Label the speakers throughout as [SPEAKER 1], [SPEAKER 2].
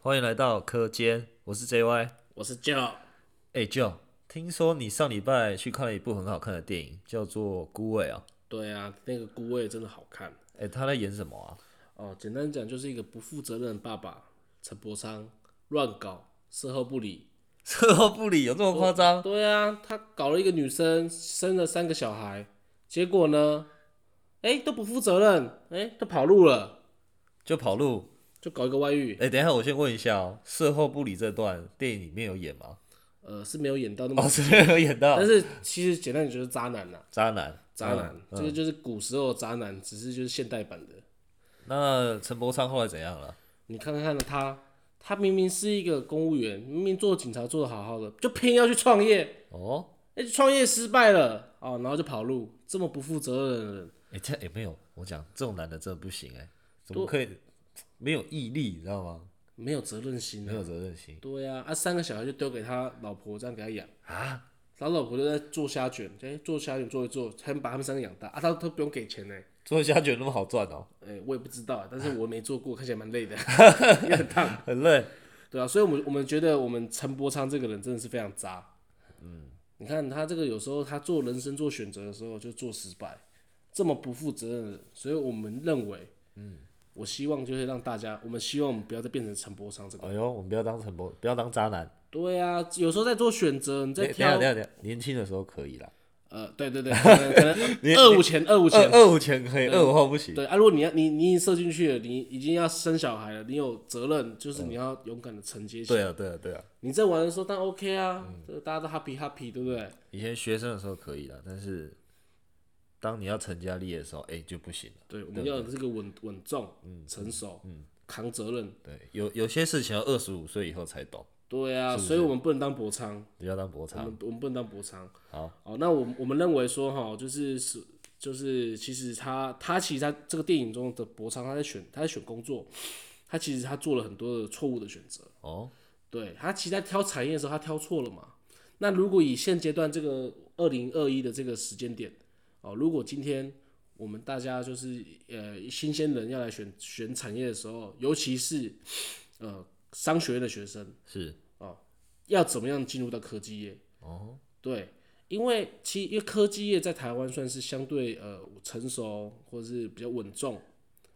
[SPEAKER 1] 欢迎来到课间，我是 JY。
[SPEAKER 2] 我是 Joe，
[SPEAKER 1] 哎、j o e 听说你上礼拜去看了一部很好看的电影，叫做《孤味》啊？
[SPEAKER 2] 对啊，那个孤味真的好看
[SPEAKER 1] 哎、他在演什么啊？
[SPEAKER 2] 哦。简单讲，就是一个不负责任的爸爸陈伯昌乱搞，事后不理。
[SPEAKER 1] 事后不理有这么夸张？
[SPEAKER 2] 对啊，他搞了一个女生，生了三个小孩，结果呢，哎、都不负责任，哎、都跑路了，
[SPEAKER 1] 就跑路？
[SPEAKER 2] 就搞一个外遇。
[SPEAKER 1] 哎、等一下，我先问一下哦，事后不理这段电影里面有演吗？
[SPEAKER 2] 呃，是没有演到那么，
[SPEAKER 1] 哦，是没有演到
[SPEAKER 2] 但是其实简单讲就是渣男啦、
[SPEAKER 1] 渣男，
[SPEAKER 2] 渣男，
[SPEAKER 1] 嗯
[SPEAKER 2] 这个就是古时候的渣男，只是就是现代版的。
[SPEAKER 1] 那陈伯昌后来怎样了？
[SPEAKER 2] 你看看他，他明明是一个公务员，明明做警察做的好好的，就偏要去创业，
[SPEAKER 1] 哦，
[SPEAKER 2] 哎、创业失败了哦，然后就跑路，这么不负责任的人，
[SPEAKER 1] 哎、这样也、没有，我讲这种男的真的不行哎、怎么可以没有毅力，你知道吗？
[SPEAKER 2] 没有责任心
[SPEAKER 1] 没
[SPEAKER 2] 啊。
[SPEAKER 1] 有责任心
[SPEAKER 2] 对呀、啊，三个小孩就丢给他老婆，这样给他养，
[SPEAKER 1] 啊？
[SPEAKER 2] 他老婆就在做虾卷，哎、做虾卷做一做，才能把他们三个养大啊，他都不用给钱呢、
[SPEAKER 1] 做虾卷那么好赚哦、
[SPEAKER 2] 哎、我也不知道，但是我没做过，看起来蛮累的，也很烫。
[SPEAKER 1] 很累。
[SPEAKER 2] 对啊，所以我们我们觉得我们陈伯昌这个人真的是非常渣。嗯，你看他这个有时候他做人生做选择的时候就做失败，这么不负责任的人，所以我们认为，嗯，我希望就是让大家，我们希望我们不要再变成陈伯昌这个。
[SPEAKER 1] 哎呦，我们不要当陈伯，不要当渣男。
[SPEAKER 2] 对啊，有时候在做选择，你在
[SPEAKER 1] 等一下
[SPEAKER 2] 挑
[SPEAKER 1] 等一，下等一下，年轻的时候可以啦，
[SPEAKER 2] 呃，对对对，可能可能 二五前二五
[SPEAKER 1] 二
[SPEAKER 2] 前。
[SPEAKER 1] 二五前可以，二五后不行。
[SPEAKER 2] 对啊，如果你要你你已经射进去了，你已经要生小孩了，你有责任，就是你要勇敢的承接起来。
[SPEAKER 1] 对啊，对啊，对啊。
[SPEAKER 2] 你在玩的时候，当然 OK 啊，这个大家都 happy happy，对不对？
[SPEAKER 1] 以前学生的时候可以啦，但是当你要成家立业的时候，哎、就不行了。
[SPEAKER 2] 对，嗯我们要的是个稳稳重、成熟、扛责任。
[SPEAKER 1] 对，有有些事情要二十五岁以后才懂，
[SPEAKER 2] 对啊，所以我们不能当博昌，
[SPEAKER 1] 不要当博
[SPEAKER 2] 我
[SPEAKER 1] 差。
[SPEAKER 2] 们我们不能当博昌。
[SPEAKER 1] 好，
[SPEAKER 2] 哦，那我们我们认为说哈，就是是就是，其实他他其实他这个电影中的博昌，他在选他在选工作，他其实他做了很多的错误的选择。
[SPEAKER 1] 哦，
[SPEAKER 2] 对他其实在挑产业的时候，他挑错了嘛。那如果以现阶段这个二零二一的这个时间点，哦，如果今天我们大家就是呃新鲜人要来选选产业的时候，尤其是呃商学院的学生，
[SPEAKER 1] 是
[SPEAKER 2] 要怎么样进入到科技业？
[SPEAKER 1] 哦，
[SPEAKER 2] 对，因为其因为科技业在台湾算是相对呃成熟或是比较稳重，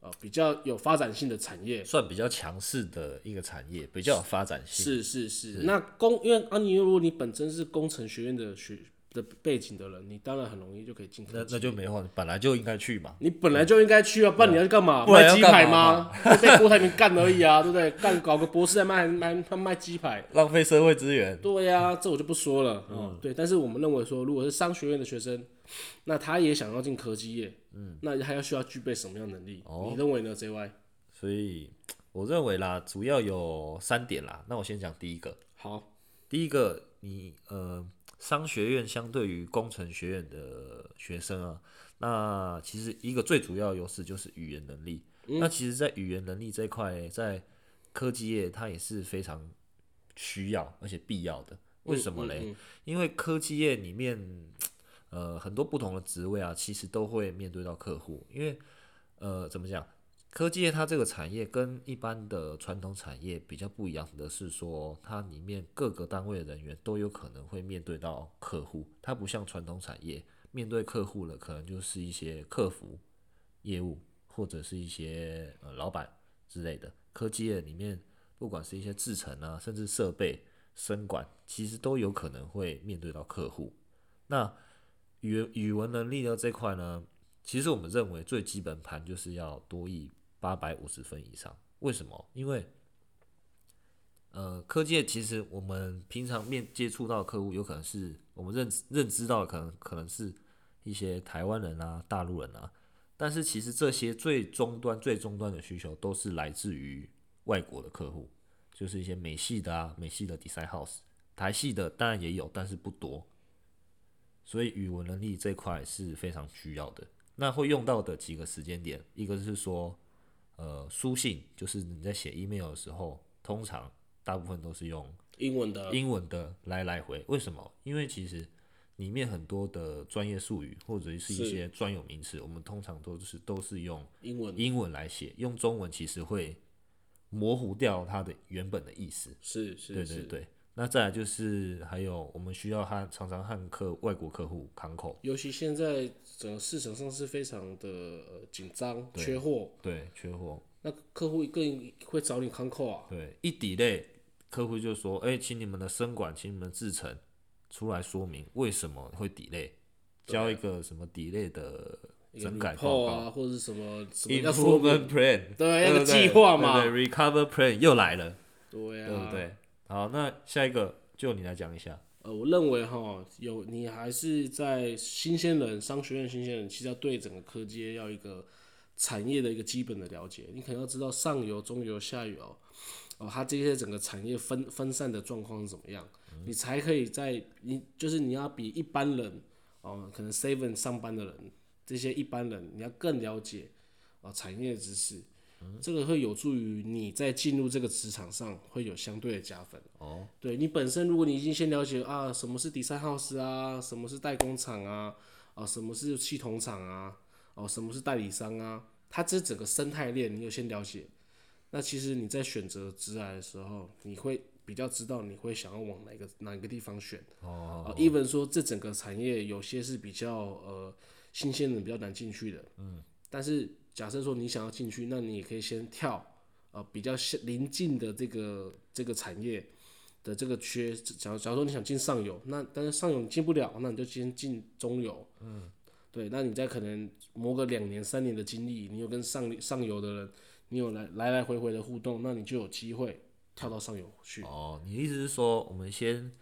[SPEAKER 2] 呃比较有发展性的产业。
[SPEAKER 1] 算比较强势的一个产业，比较有发展性。
[SPEAKER 2] 是是是，那工因为啊，你如果你本身是工程学院的学的背景的人，你当然很容易就可以进科
[SPEAKER 1] 那
[SPEAKER 2] 技。
[SPEAKER 1] 那就没换，本来就应该去嘛。
[SPEAKER 2] 你本来就应该去啊，不然你要去干嘛？
[SPEAKER 1] 不然要
[SPEAKER 2] 卖鸡
[SPEAKER 1] 干
[SPEAKER 2] 排
[SPEAKER 1] 嘛
[SPEAKER 2] 吗？就被郭台铭干而已啊， 对不对？干搞个博士在卖卖卖卖鸡排。
[SPEAKER 1] 浪费社会资源，
[SPEAKER 2] 对呀、这我就不说了。嗯，对，但是我们认为说，如果是商学院的学生，那他也想要进科技业，嗯，那他要需要具备什么样的能力？
[SPEAKER 1] 哦
[SPEAKER 2] 你认为呢？JY？
[SPEAKER 1] 所以我认为啦，主要有三点啦。那我先讲第一个，
[SPEAKER 2] 好，
[SPEAKER 1] 第一个，你呃，商学院相对于工程学院的学生啊，那其实一个最主要的优势就是语言能力。
[SPEAKER 2] 嗯
[SPEAKER 1] 那其实，在语言能力这一块，在科技业它也是非常需要而且必要的。为什么嘞？
[SPEAKER 2] 嗯嗯
[SPEAKER 1] 因为科技业里面，呃，很多不同的职位啊，其实都会面对到客户。因为，呃，怎么讲？科技业它这个产业跟一般的传统产业比较不一样的是说，它里面各个单位的人员都有可能会面对到客户，它不像传统产业面对客户的可能就是一些客服业务或者是一些呃老板之类的。科技业里面，不管是一些制程啊，甚至设备、生管，其实都有可能会面对到客户。那语言语文能力的这块呢，其实我们认为最基本盘就是要多译八百五十分以上。为什么？因为呃，科技业其实我们平常面接触到的客户，有可能是我们认知认知到的，可能可能是一些台湾人啊、大陆人啊，但是其实这些最终端、最终端的需求都是来自于外国的客户，就是一些美系的啊、美系的 design house，台系的当然也有，但是不多。所以语文能力这块是非常需要的。那会用到的几个时间点，一个是说，呃，书信，就是你在写 email 的时候，通常大部分都是用
[SPEAKER 2] 英文的，
[SPEAKER 1] 英文的来来回。为什么？因为其实里面很多的专业术语或者是一
[SPEAKER 2] 是
[SPEAKER 1] 些专有名词，我们通常都是都是用
[SPEAKER 2] 英文，
[SPEAKER 1] 英文来写，用中文其实会模糊掉它的原本的意思。
[SPEAKER 2] 是是
[SPEAKER 1] 对
[SPEAKER 2] 是
[SPEAKER 1] 对对。那再来就是还有我们需要和常常和客外国客户扛口，
[SPEAKER 2] 尤其现在整个市场上是非常的呃紧张，缺货，
[SPEAKER 1] 对，缺货，
[SPEAKER 2] 那客户更会找你康扣啊。
[SPEAKER 1] 对，一抵类客户就说，哎、请你们的生管，请你们的制程出来说明为什么会抵类，
[SPEAKER 2] 啊
[SPEAKER 1] 交一个什么抵类的整改报
[SPEAKER 2] 后
[SPEAKER 1] 告。
[SPEAKER 2] 啊，或者什么什么要说明
[SPEAKER 1] Improvement plan，
[SPEAKER 2] 对
[SPEAKER 1] 不
[SPEAKER 2] 那个计划嘛
[SPEAKER 1] 对对，recover plan 又来了，
[SPEAKER 2] 对啊，
[SPEAKER 1] 对不对？好，那下一个就你来讲一下。
[SPEAKER 2] 呃，我认为哈，有你还是在新鲜人商学院新鲜人，其实要对整个科技要一个产业的一个基本的了解，你可能要知道上游、中游、下游，哦，它这些整个产业分分散的状况是怎么样，你才可以在你就是你要比一般人哦，可能 seven 上班的人这些一般人，你要更了解哦产业知识，这个会有助于你在进入这个职场上会有相对的加分。
[SPEAKER 1] 哦，
[SPEAKER 2] 对你本身，如果你已经先了解啊，什么是 design house 啊，什么是代工厂啊，啊，什么是系统厂啊，哦、什么是代理商啊，它这整个生态链你有先了解，那其实你在选择职来的时候，你会比较知道你会想要往哪个哪个地方选。
[SPEAKER 1] 哦，
[SPEAKER 2] 啊，even 说这整个产业有些是比较呃新鲜人比较难进去的，嗯，但是假设说你想要进去，那你也可以先跳呃比较先临近的这个这个产业的这个缺，假如假如说你想进上游，那但是上游你进不了，那你就先进中游，嗯，对，那你再可能磨个两年三年的经历，你有跟上上游的人，你有来来来回回的互动，那你就有机会跳到上游去，
[SPEAKER 1] 哦，你的意思是说，我们先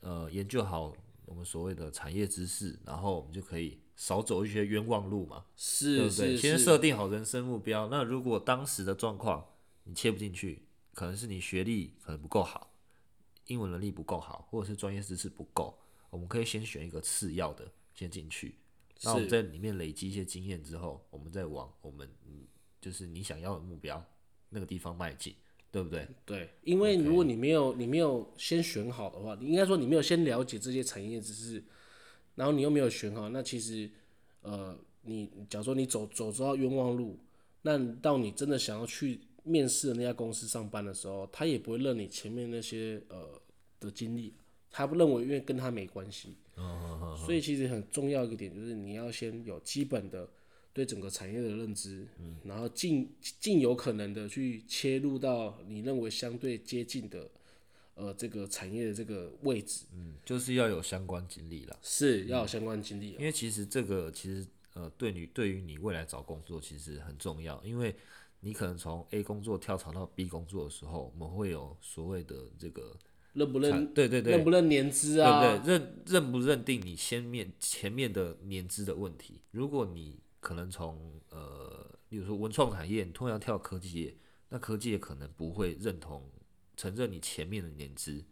[SPEAKER 1] 呃研究好我们所谓的产业知识，然后我们就可以少走一些冤枉路嘛，对不对？
[SPEAKER 2] 是是
[SPEAKER 1] 先
[SPEAKER 2] 是。
[SPEAKER 1] 设定好人生目标。那如果当时的状况你切不进去，可能是你学历可能不够好，英文能力不够好，或者是专业知识不够，我们可以先选一个次要的先进去。那我们
[SPEAKER 2] 是
[SPEAKER 1] 在里面累积一些经验之后，我们再往我们嗯就是你想要的目标那个地方迈进，对不对？
[SPEAKER 2] 对，因为如果你没有你没有先选好的话，你应该说你没有先了解这些产业知识，然后你又没有选好，那其实呃，你假如说你走走这条冤枉路，那你到你真的想要去面试的那家公司上班的时候，他也不会认你前面那些呃的经历，他不认为因为跟他没关系。所以其实很重要一个点就是你要先有基本的对整个产业的认知，然后尽尽有可能的去切入到你认为相对接近的呃这个产业的这个位置，
[SPEAKER 1] 嗯，就是要有相关经历啦。
[SPEAKER 2] 是要有相关经历、哦
[SPEAKER 1] 因为其实这个其实呃，对你对于你未来找工作其实很重要，因为你可能从 A 工作跳槽到 B 工作的时候，我们会有所谓的这个
[SPEAKER 2] 认不认
[SPEAKER 1] 产对对对，
[SPEAKER 2] 认不认年资啊？
[SPEAKER 1] 对不对？认认不认定你先面前面的年资的问题。如果你可能从呃，例如说文创产业，你突然要跳科技业，那科技业可能不会认同承认你前面的年资。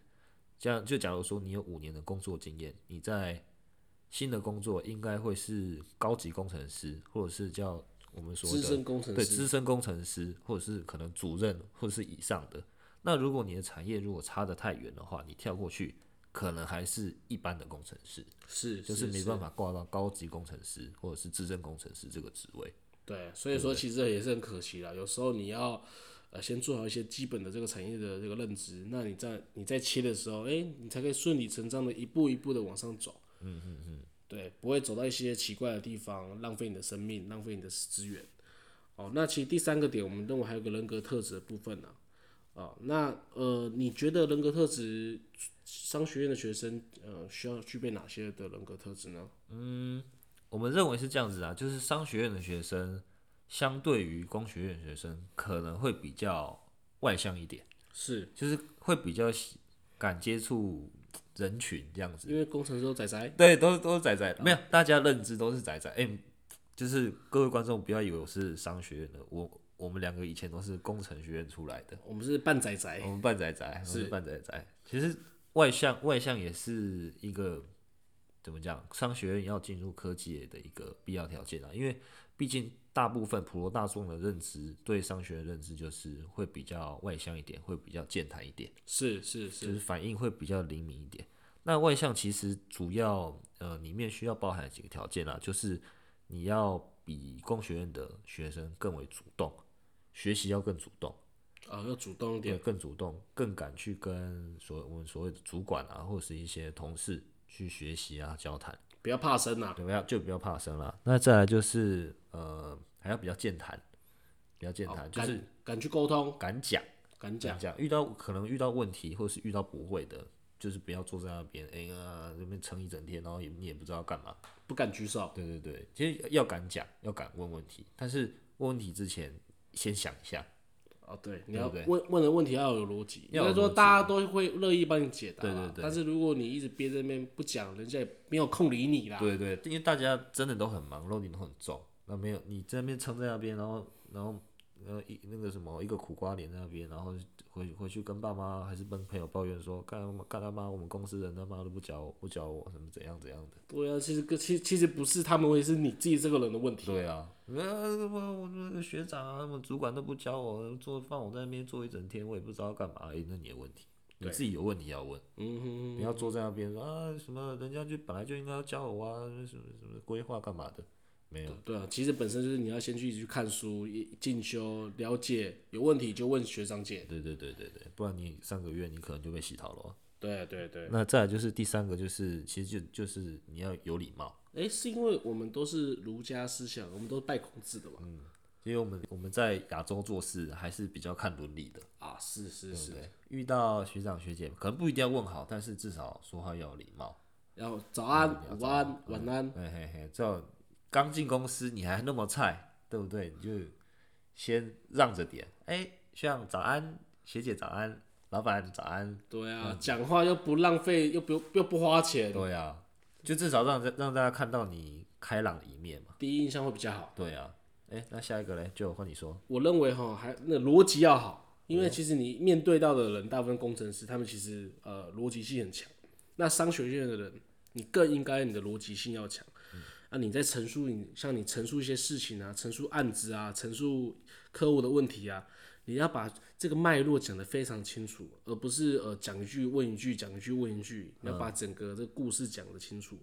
[SPEAKER 1] 这样就假如说你有五年的工作经验，你在新的工作应该会是高级工程师，或者是叫我们所谓
[SPEAKER 2] 资
[SPEAKER 1] 的
[SPEAKER 2] 深工程
[SPEAKER 1] 对
[SPEAKER 2] 师
[SPEAKER 1] 资深工程师，或者是可能主任或者是以上的。那如果你的产业如果差得太远的话，你跳过去可能还是一般的工程师，
[SPEAKER 2] 是
[SPEAKER 1] 就是没办
[SPEAKER 2] 法。
[SPEAKER 1] 法挂到高级工程师或者是资深工程师这个职位。
[SPEAKER 2] 对，所以说其实也是很可惜啦。有时候你要呃先做好一些基本的这个产业的这个认知，那你在你在切的时候，哎、你才可以顺理成章的一步一步的往上走。嗯嗯嗯，对，不会走到一些奇怪的地方，浪费你的生命，浪费你的资源。哦，那其实第三个点，我们认为还有个人格特质的部分呢、哦，那呃，你觉得人格特质，商学院的学生呃需要具备哪些的人格特质呢？
[SPEAKER 1] 我们认为是这样子啊，就是商学院的学生相对于工学院学生可能会比较外向一点，
[SPEAKER 2] 是
[SPEAKER 1] 就是会比较喜敢接触人群这样子。
[SPEAKER 2] 因为工程师都仔仔
[SPEAKER 1] 对，都是都是仔仔，没有大家认知都是仔仔。哎、就是各位观众不要以为我是商学院的，我我们两个以前都是工程学院出来的，
[SPEAKER 2] 我们是半仔仔
[SPEAKER 1] 我，们半仔仔，我
[SPEAKER 2] 是
[SPEAKER 1] 们哎是半仔仔。其实外向外向也是一个怎么讲，商学院要进入科技业的一个必要条件啊，因为毕竟大部分普罗大众的认知对商学院的认知就是会比较外向一点，会比较健谈一点。
[SPEAKER 2] 是是是
[SPEAKER 1] 就是反应会比较灵敏一点。那外向其实主要呃里面需要包含几个条件啦，就是你要比工学院的学生更为主动，学习要更主动，
[SPEAKER 2] 啊，要主动一
[SPEAKER 1] 对，
[SPEAKER 2] 点，
[SPEAKER 1] 更主动，更敢去跟所我们所谓的主管啊，或是一些同事去学习啊、交谈，
[SPEAKER 2] 不要怕生啊。
[SPEAKER 1] 对，不要就不要怕生了。那再来就是呃，还要比较健谈，比较健
[SPEAKER 2] 好
[SPEAKER 1] 谈，啊就
[SPEAKER 2] 敢
[SPEAKER 1] 是
[SPEAKER 2] 敢去沟通，
[SPEAKER 1] 敢讲，
[SPEAKER 2] 敢讲
[SPEAKER 1] 敢讲，遇到可能遇到问题，或是遇到不会的，就是不要坐在那边，哎呀，那边撑一整天，然后也你也不知道干嘛。
[SPEAKER 2] 不敢举手，
[SPEAKER 1] 对对对，其实要敢讲，要敢问问题，但是问问题之前先想一下，
[SPEAKER 2] 啊，对，你要
[SPEAKER 1] 对
[SPEAKER 2] 问问的问题要有逻辑，应
[SPEAKER 1] 要有
[SPEAKER 2] 该说
[SPEAKER 1] 逻辑
[SPEAKER 2] 大家都会乐意帮你解答啦。
[SPEAKER 1] 对对对
[SPEAKER 2] 但是如果你一直憋在那边不讲，人家也没有空理你啦。
[SPEAKER 1] 对对，因为大家真的都很忙，肉体都很重，那没有你在那边撑在那边，然后然后呃一那个什么一个苦瓜脸在那边，然后回回去跟爸妈还是跟朋友抱怨说，干他妈干他妈，我们公司人他妈都不教我不教我，什么怎样怎样的。
[SPEAKER 2] 对啊，其实个其其实不是他们问题，是你自己这个人的问题。
[SPEAKER 1] 对啊，呃我我那个学长啊，我主管都不教我，做饭我在那边坐一整天，我也不知道干嘛，哎、那你的问题。你
[SPEAKER 2] 对
[SPEAKER 1] 自己有问题要问，
[SPEAKER 2] 嗯哼，
[SPEAKER 1] 不要坐在那边说啊什么，人家就本来就应该要教我啊，什么什么规划干嘛的，没有，
[SPEAKER 2] 对啊，其实本身就是你要先去去看书、进修、了解，有问题就问学长姐。
[SPEAKER 1] 对对对对对，不然你上个月你可能就被洗头了哦。
[SPEAKER 2] 对对对，
[SPEAKER 1] 那再来就是第三个，就是其实就就是你要有礼貌。
[SPEAKER 2] 哎，是因为我们都是儒家思想，我们都是拜孔子的嘛。
[SPEAKER 1] 因为我们我们在亚洲做事还是比较看伦理的，
[SPEAKER 2] 啊，是是是，
[SPEAKER 1] 对，遇到学长学姐可能不一定要问好，但是至少说话要有礼貌。
[SPEAKER 2] 然后早安、午安、
[SPEAKER 1] 嗯
[SPEAKER 2] 晚安，
[SPEAKER 1] 嘿嘿嘿，这种刚进公司你还那么菜，对不对？你就先让着点。哎、学长早安，学姐早安，老板早安，
[SPEAKER 2] 对啊，
[SPEAKER 1] 嗯
[SPEAKER 2] 讲话又不浪费，又不又不花钱，
[SPEAKER 1] 对啊，就至少让让大家看到你开朗的一面嘛。
[SPEAKER 2] 第一印象会比较好。
[SPEAKER 1] 对啊，哎、那下一个嘞，就换你说。
[SPEAKER 2] 我认为哈，还那逻辑要好，因为其实你面对到的人，大部分工程师他们其实呃逻辑性很强。那商学院的人，你更应该你的逻辑性要强。啊，你在陈述你像你陈述一些事情啊，陈述案子啊，陈述客户的问题啊，你要把这个脉络讲得非常清楚，而不是呃讲一句问一句，讲一句问一句，你要把整个这个故事讲得清楚。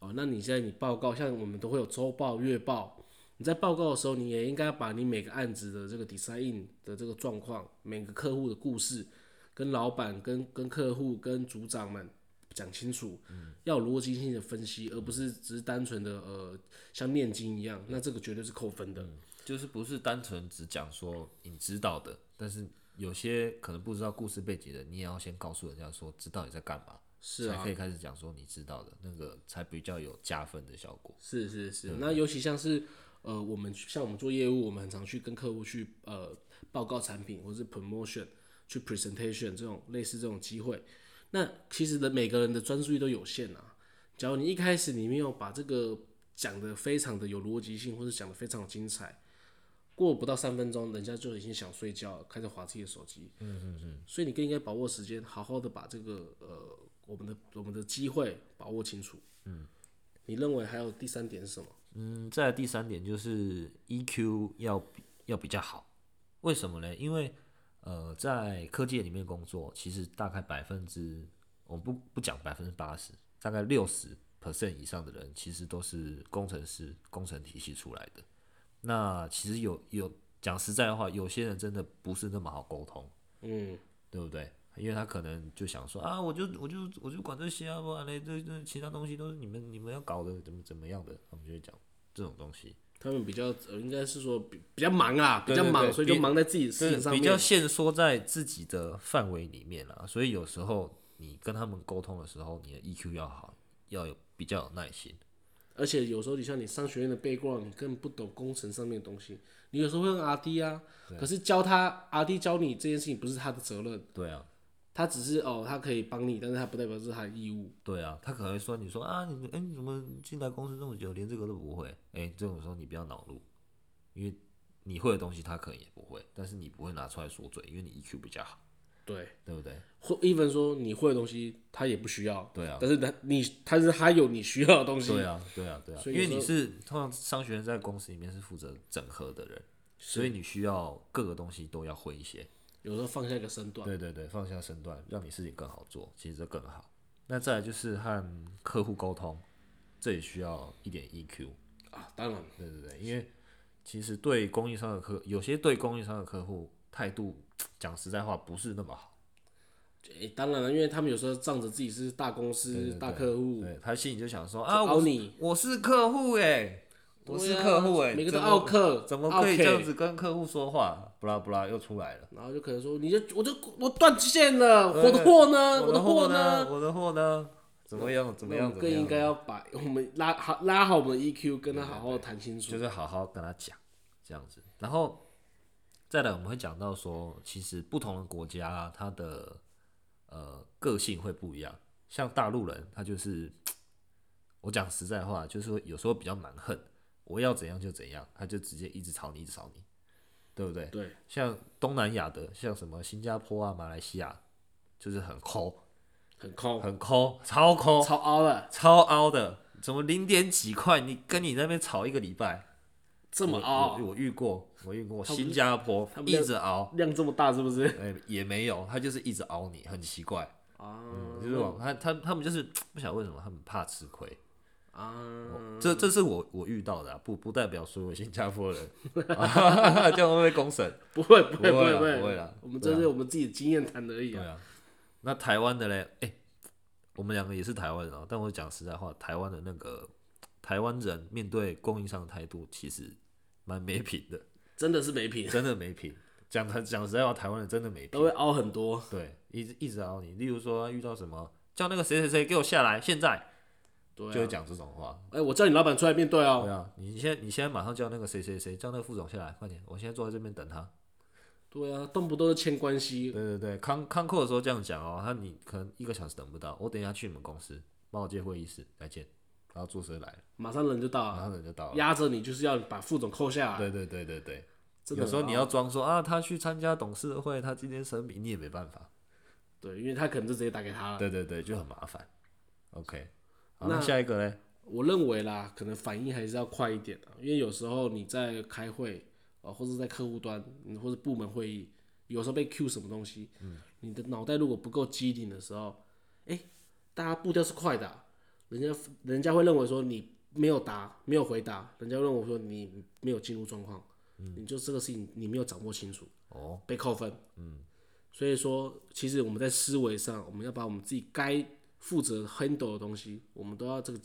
[SPEAKER 2] 哦，那你现在你报告，像我们都会有周报、月报，你在报告的时候，你也应该把你每个案子的这个 design 的这个状况，每个客户的故事，跟老板、跟跟客户、跟组长们讲清楚，要有逻辑性的分析，而不是只是单纯的呃像念经一样，那这个绝对是扣分的。
[SPEAKER 1] 就是不是单纯只讲说你知道的，但是有些可能不知道故事背景的，你也要先告诉人家说知道你在干嘛，
[SPEAKER 2] 是啊
[SPEAKER 1] 才可以开始讲说你知道的那个才比较有加分的效果。
[SPEAKER 2] 是是是，那尤其像是呃，我们像我们做业务，我们很常去跟客户去呃报告产品，或是 promotion 去 presentation 这种类似这种机会。那其实人每个人的专注力都有限啊。假如你一开始你没有把这个讲的非常的有逻辑性，或者讲的非常的精彩，过不到三分钟，人家就已经想睡觉，开始划自己的手机。嗯嗯嗯。所以你更应该把握时间，好好的把这个呃我们的我们的机会把握清楚。你认为还有第三点是什么？
[SPEAKER 1] 嗯，再来第三点就是 EQ 要比要比较好，为什么呢？因为呃，在科技里面工作，其实大概百分之我们不不讲百分之八十，大概六十 percent 以上的人，其实都是工程师、工程体系出来的。那其实有有讲实在的话，有些人真的不是那么好沟通，
[SPEAKER 2] 嗯，
[SPEAKER 1] 对不对？因为他可能就想说啊，我就我就我就管这些啊，不然嘞，这这其他东西都是你们你们要搞的，怎么怎么样的，他们就会讲这种东西。
[SPEAKER 2] 他们比较呃，应该是说比比较忙啊，比
[SPEAKER 1] 对
[SPEAKER 2] 较
[SPEAKER 1] 对
[SPEAKER 2] 忙，
[SPEAKER 1] 对
[SPEAKER 2] 所以就
[SPEAKER 1] 比
[SPEAKER 2] 忙在自己的事
[SPEAKER 1] 是
[SPEAKER 2] 情上
[SPEAKER 1] 比
[SPEAKER 2] 面。
[SPEAKER 1] 较限缩在自己的范围里面啦，所以有时候你跟他们沟通的时候，你的 EQ 要好，要有比较有耐心。
[SPEAKER 2] 而且有时候你像你商学院的 background，你根本不懂工程上面的东西，你有时候会用 RD 啊，可是教他 RD 教你这件事情不是他的责任，
[SPEAKER 1] 对啊，
[SPEAKER 2] 他只是哦，他可以帮你，但是他不代表这是他的义务。
[SPEAKER 1] 对啊，他可能会说你说啊，你哎、你怎么进来公司这么久，连这个都不会？哎、这种时候你不要恼怒，因为你会的东西他可能也不会，但是你不会拿出来说嘴，因为你 EQ 比较好，
[SPEAKER 2] 对，
[SPEAKER 1] 对不对？
[SPEAKER 2] 或 even 说你会的东西他也不需要，
[SPEAKER 1] 对啊
[SPEAKER 2] 但是他你但是他有你需要的东西，
[SPEAKER 1] 对啊，对啊，对啊，
[SPEAKER 2] 所以
[SPEAKER 1] 因为
[SPEAKER 2] 有
[SPEAKER 1] 你
[SPEAKER 2] 时
[SPEAKER 1] 是通常商学院在公司里面是负责整合的人，所以你需要各个东西都要会一些。
[SPEAKER 2] 有时候放下一个身段，
[SPEAKER 1] 对对对，放下身段，让你事情更好做，其实这更好。那再来就是和客户沟通，这也需要一点 E EQ。
[SPEAKER 2] 啊，当然
[SPEAKER 1] 对对对，因为其实对供应商的客，有些对供应商的客户态度讲实在话不是那么好。
[SPEAKER 2] 诶当然了，因为他们有时候仗着自己是大公司、大客户，
[SPEAKER 1] 对他心里就想说
[SPEAKER 2] 就
[SPEAKER 1] 啊，
[SPEAKER 2] 凹
[SPEAKER 1] 我
[SPEAKER 2] 你
[SPEAKER 1] 我是客户哎、我是
[SPEAKER 2] 对啊
[SPEAKER 1] 客户哎、
[SPEAKER 2] 每个都
[SPEAKER 1] 怎么
[SPEAKER 2] 傲客，
[SPEAKER 1] 怎么
[SPEAKER 2] 傲
[SPEAKER 1] 可以这样
[SPEAKER 2] K
[SPEAKER 1] 子跟客户说话？不啦不啦，又出来了。
[SPEAKER 2] 然后就可能说，你就我就我断线了，
[SPEAKER 1] 对
[SPEAKER 2] 我的货呢？
[SPEAKER 1] 我
[SPEAKER 2] 的货
[SPEAKER 1] 货呢？？我的货呢？怎么样？怎么
[SPEAKER 2] 那我
[SPEAKER 1] 样？
[SPEAKER 2] 们
[SPEAKER 1] 怎么
[SPEAKER 2] 更应
[SPEAKER 1] 样？
[SPEAKER 2] 该要把我们拉好拉好我们的 EQ，跟他好好谈清楚
[SPEAKER 1] 就。是好好跟他讲这样子。然后再来，我们会讲到说，其实不同的国家、啊它的呃个性会不一样。像大陆人，他就是我讲实在话，就是说有时候比较蛮横，我要怎样就怎样，他就直接一直吵你，一直吵你，对不对？
[SPEAKER 2] 对，
[SPEAKER 1] 像东南亚的，像什么新加坡啊、马来西亚，就是很抠，
[SPEAKER 2] 很抠，
[SPEAKER 1] 很抠，超抠，
[SPEAKER 2] 超凹了，
[SPEAKER 1] 超凹的，怎么零点几块？你跟你那边吵一个礼拜，
[SPEAKER 2] 这么
[SPEAKER 1] 我
[SPEAKER 2] 凹，
[SPEAKER 1] 我我遇过，我遇过
[SPEAKER 2] 他不
[SPEAKER 1] 新加坡
[SPEAKER 2] 他不
[SPEAKER 1] 一直熬，
[SPEAKER 2] 量这么大是不 是？
[SPEAKER 1] 哎、也没有，他就是一直熬你，很奇怪，
[SPEAKER 2] 啊
[SPEAKER 1] 就是往他他他们就是不晓得为什么他们怕吃亏，
[SPEAKER 2] 啊，
[SPEAKER 1] 这这是我我遇到的、啊，不不代表所有新加坡人， 啊、这样会不会公 审？
[SPEAKER 2] 不会不
[SPEAKER 1] 不会
[SPEAKER 2] 会
[SPEAKER 1] 啦
[SPEAKER 2] 会
[SPEAKER 1] 不会啦
[SPEAKER 2] 我们
[SPEAKER 1] 对啊
[SPEAKER 2] 这是我们自己的经验谈而已
[SPEAKER 1] 对
[SPEAKER 2] 啊。
[SPEAKER 1] 啊，那台湾的嘞，哎、我们两个也是台湾人、啊，但我讲实在话，台湾的那个台湾人面对供应商的态度其实蛮没品的，
[SPEAKER 2] 真的是没品，
[SPEAKER 1] 真的没品。讲他讲实在话，台湾人真的没品
[SPEAKER 2] 都。会凹很多。
[SPEAKER 1] 对，一直一直熬你。例如说遇到什么，叫那个谁谁谁给我下来，现在、
[SPEAKER 2] 对
[SPEAKER 1] 就会
[SPEAKER 2] 啊，
[SPEAKER 1] 讲这种话。
[SPEAKER 2] 哎，我叫你老板出来面对
[SPEAKER 1] 对
[SPEAKER 2] 哦。
[SPEAKER 1] 啊，你现在你现在马上叫那个谁谁谁，叫那个副总下来，快点！我现在坐在这边等他。
[SPEAKER 2] 对啊，动不动就签关系
[SPEAKER 1] 对，对对，康康扣的时候这样讲哦，他你可能一个小时等不到，我等一下去你们公司，帮我接会议室，再见。然后坐车来了，
[SPEAKER 2] 马上人就到
[SPEAKER 1] 然
[SPEAKER 2] 了，
[SPEAKER 1] 后人就到了。
[SPEAKER 2] 压着你就是要把副总扣下来。
[SPEAKER 1] 对对对对对，
[SPEAKER 2] 真的
[SPEAKER 1] 有
[SPEAKER 2] 很
[SPEAKER 1] 时候你
[SPEAKER 2] 凹
[SPEAKER 1] 要装说啊，他去参加董事会，他今天生病，你也没办法。
[SPEAKER 2] 对，因为他可能就直接打给他了。
[SPEAKER 1] 对对对，就很麻烦。OK，好，
[SPEAKER 2] 那
[SPEAKER 1] 那下一个嘞？
[SPEAKER 2] 我认为啦，可能反应还是要快一点啊，因为有时候你在开会啊、呃或者在客户端，嗯或者部门会议，有时候被 Q 什么东西，嗯，你的脑袋如果不够机灵的时候，哎、大家步调是快的啊、人家人家会认为说你没有答，没有回答，人家会认为说你没有进入状况，
[SPEAKER 1] 嗯
[SPEAKER 2] 你就这个事情你没有掌握清楚，
[SPEAKER 1] 哦，
[SPEAKER 2] 被扣分。嗯，所以说，其实我们在思维上，我们要把我们自己该负责 handle 的东西，我们都要这个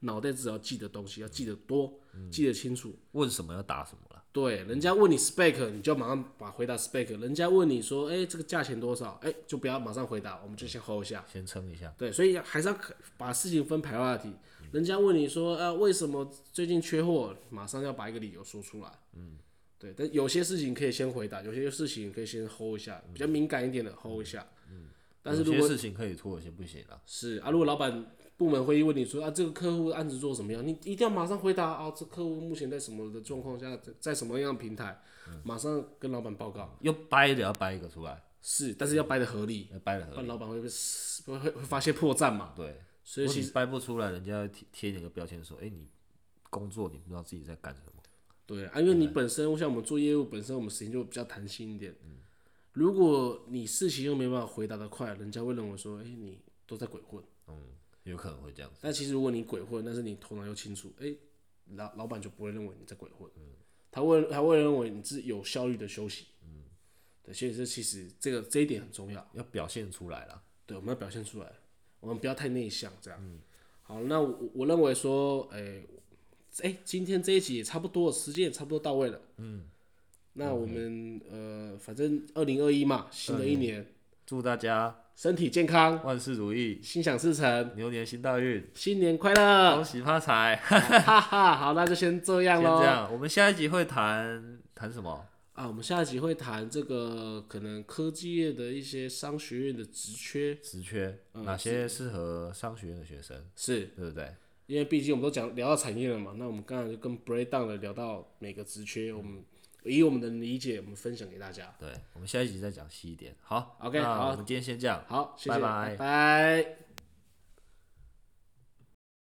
[SPEAKER 2] 脑袋至少记得东西，要记得多，记得清楚。
[SPEAKER 1] 问什么要答什么了？
[SPEAKER 2] 对，人家问你 spec，你就马上把回答 spec。人家问你说，哎、这个价钱多少？哎、就不要马上回答，我们就先 hold 一下。
[SPEAKER 1] 先撑一下。
[SPEAKER 2] 对，所以还是要把事情分 priority。人家问你说，呃，为什么最近缺货？马上要把一个理由说出来。嗯，对。但有些事情可以先回答，有些事情可以先 hold 一下，比较敏感一点的 hold 一下。嗯，但是
[SPEAKER 1] 有
[SPEAKER 2] 如
[SPEAKER 1] 些
[SPEAKER 2] 果
[SPEAKER 1] 事情可以拖，有些不行了。
[SPEAKER 2] 是啊，如果老板部门会议问你说啊，这个客户案子做怎么样，你一定要马上回答啊，这客户目前在什么的状况下，在在什么样的平台，马上跟老板报告。
[SPEAKER 1] 又掰的要掰一个出来，
[SPEAKER 2] 是，但是要掰得合理，
[SPEAKER 1] 要掰的
[SPEAKER 2] 不
[SPEAKER 1] 很。
[SPEAKER 2] 然老板会被会会会发现破绽嘛。
[SPEAKER 1] 对，
[SPEAKER 2] 所以
[SPEAKER 1] 如
[SPEAKER 2] 其
[SPEAKER 1] 果
[SPEAKER 2] 实
[SPEAKER 1] 你掰不出来，人家会贴贴你个标签说：“哎、你工作你不知道自己在干什么。
[SPEAKER 2] 对啊，因为你本身像我们做业务，本身我们时间就比较弹性一点。如果你事情又没办法回答的快，人家会认为说，哎、你都在鬼混。”
[SPEAKER 1] 嗯，有可能会这样子。
[SPEAKER 2] 但其实如果你鬼混，但是你头脑又清楚，哎、老老板就不会认为你在鬼混，他会他会认为你是有效率的休息。嗯，对，所以这其实这个这一点很重要。
[SPEAKER 1] 要表现出来啦。
[SPEAKER 2] 对，我们要表现出来，我们不要太内向，这样。好，那我我认为说，哎、哎、今天这一集也差不多了，时间也差不多到位了。嗯，那我们、呃，反正二零二一嘛，新的一年，
[SPEAKER 1] 祝大家
[SPEAKER 2] 身体健康，
[SPEAKER 1] 万事如意，
[SPEAKER 2] 心想事成，
[SPEAKER 1] 牛年行大运，
[SPEAKER 2] 新年快乐
[SPEAKER 1] 恭！喜发财。
[SPEAKER 2] 哈哈，好，那就先这
[SPEAKER 1] 先
[SPEAKER 2] 样
[SPEAKER 1] 这
[SPEAKER 2] 喽。
[SPEAKER 1] 样，我们下一集会谈谈什么？
[SPEAKER 2] 啊，我们下一集会谈这个可能科技业的一些商学院的职缺，
[SPEAKER 1] 职缺，哪些适合商学院的学生，
[SPEAKER 2] 嗯是
[SPEAKER 1] 对不对？
[SPEAKER 2] 因为毕竟我们都讲聊到产业了嘛，那我们刚才就跟 breakdown 的聊到每个职缺，我们以我们的理解，我们分享给大家。
[SPEAKER 1] 对，我们下一集再讲细一点。好
[SPEAKER 2] OK，
[SPEAKER 1] 那
[SPEAKER 2] 好
[SPEAKER 1] 我们今天先这样。
[SPEAKER 2] 好，谢谢，
[SPEAKER 1] 拜拜
[SPEAKER 2] 拜拜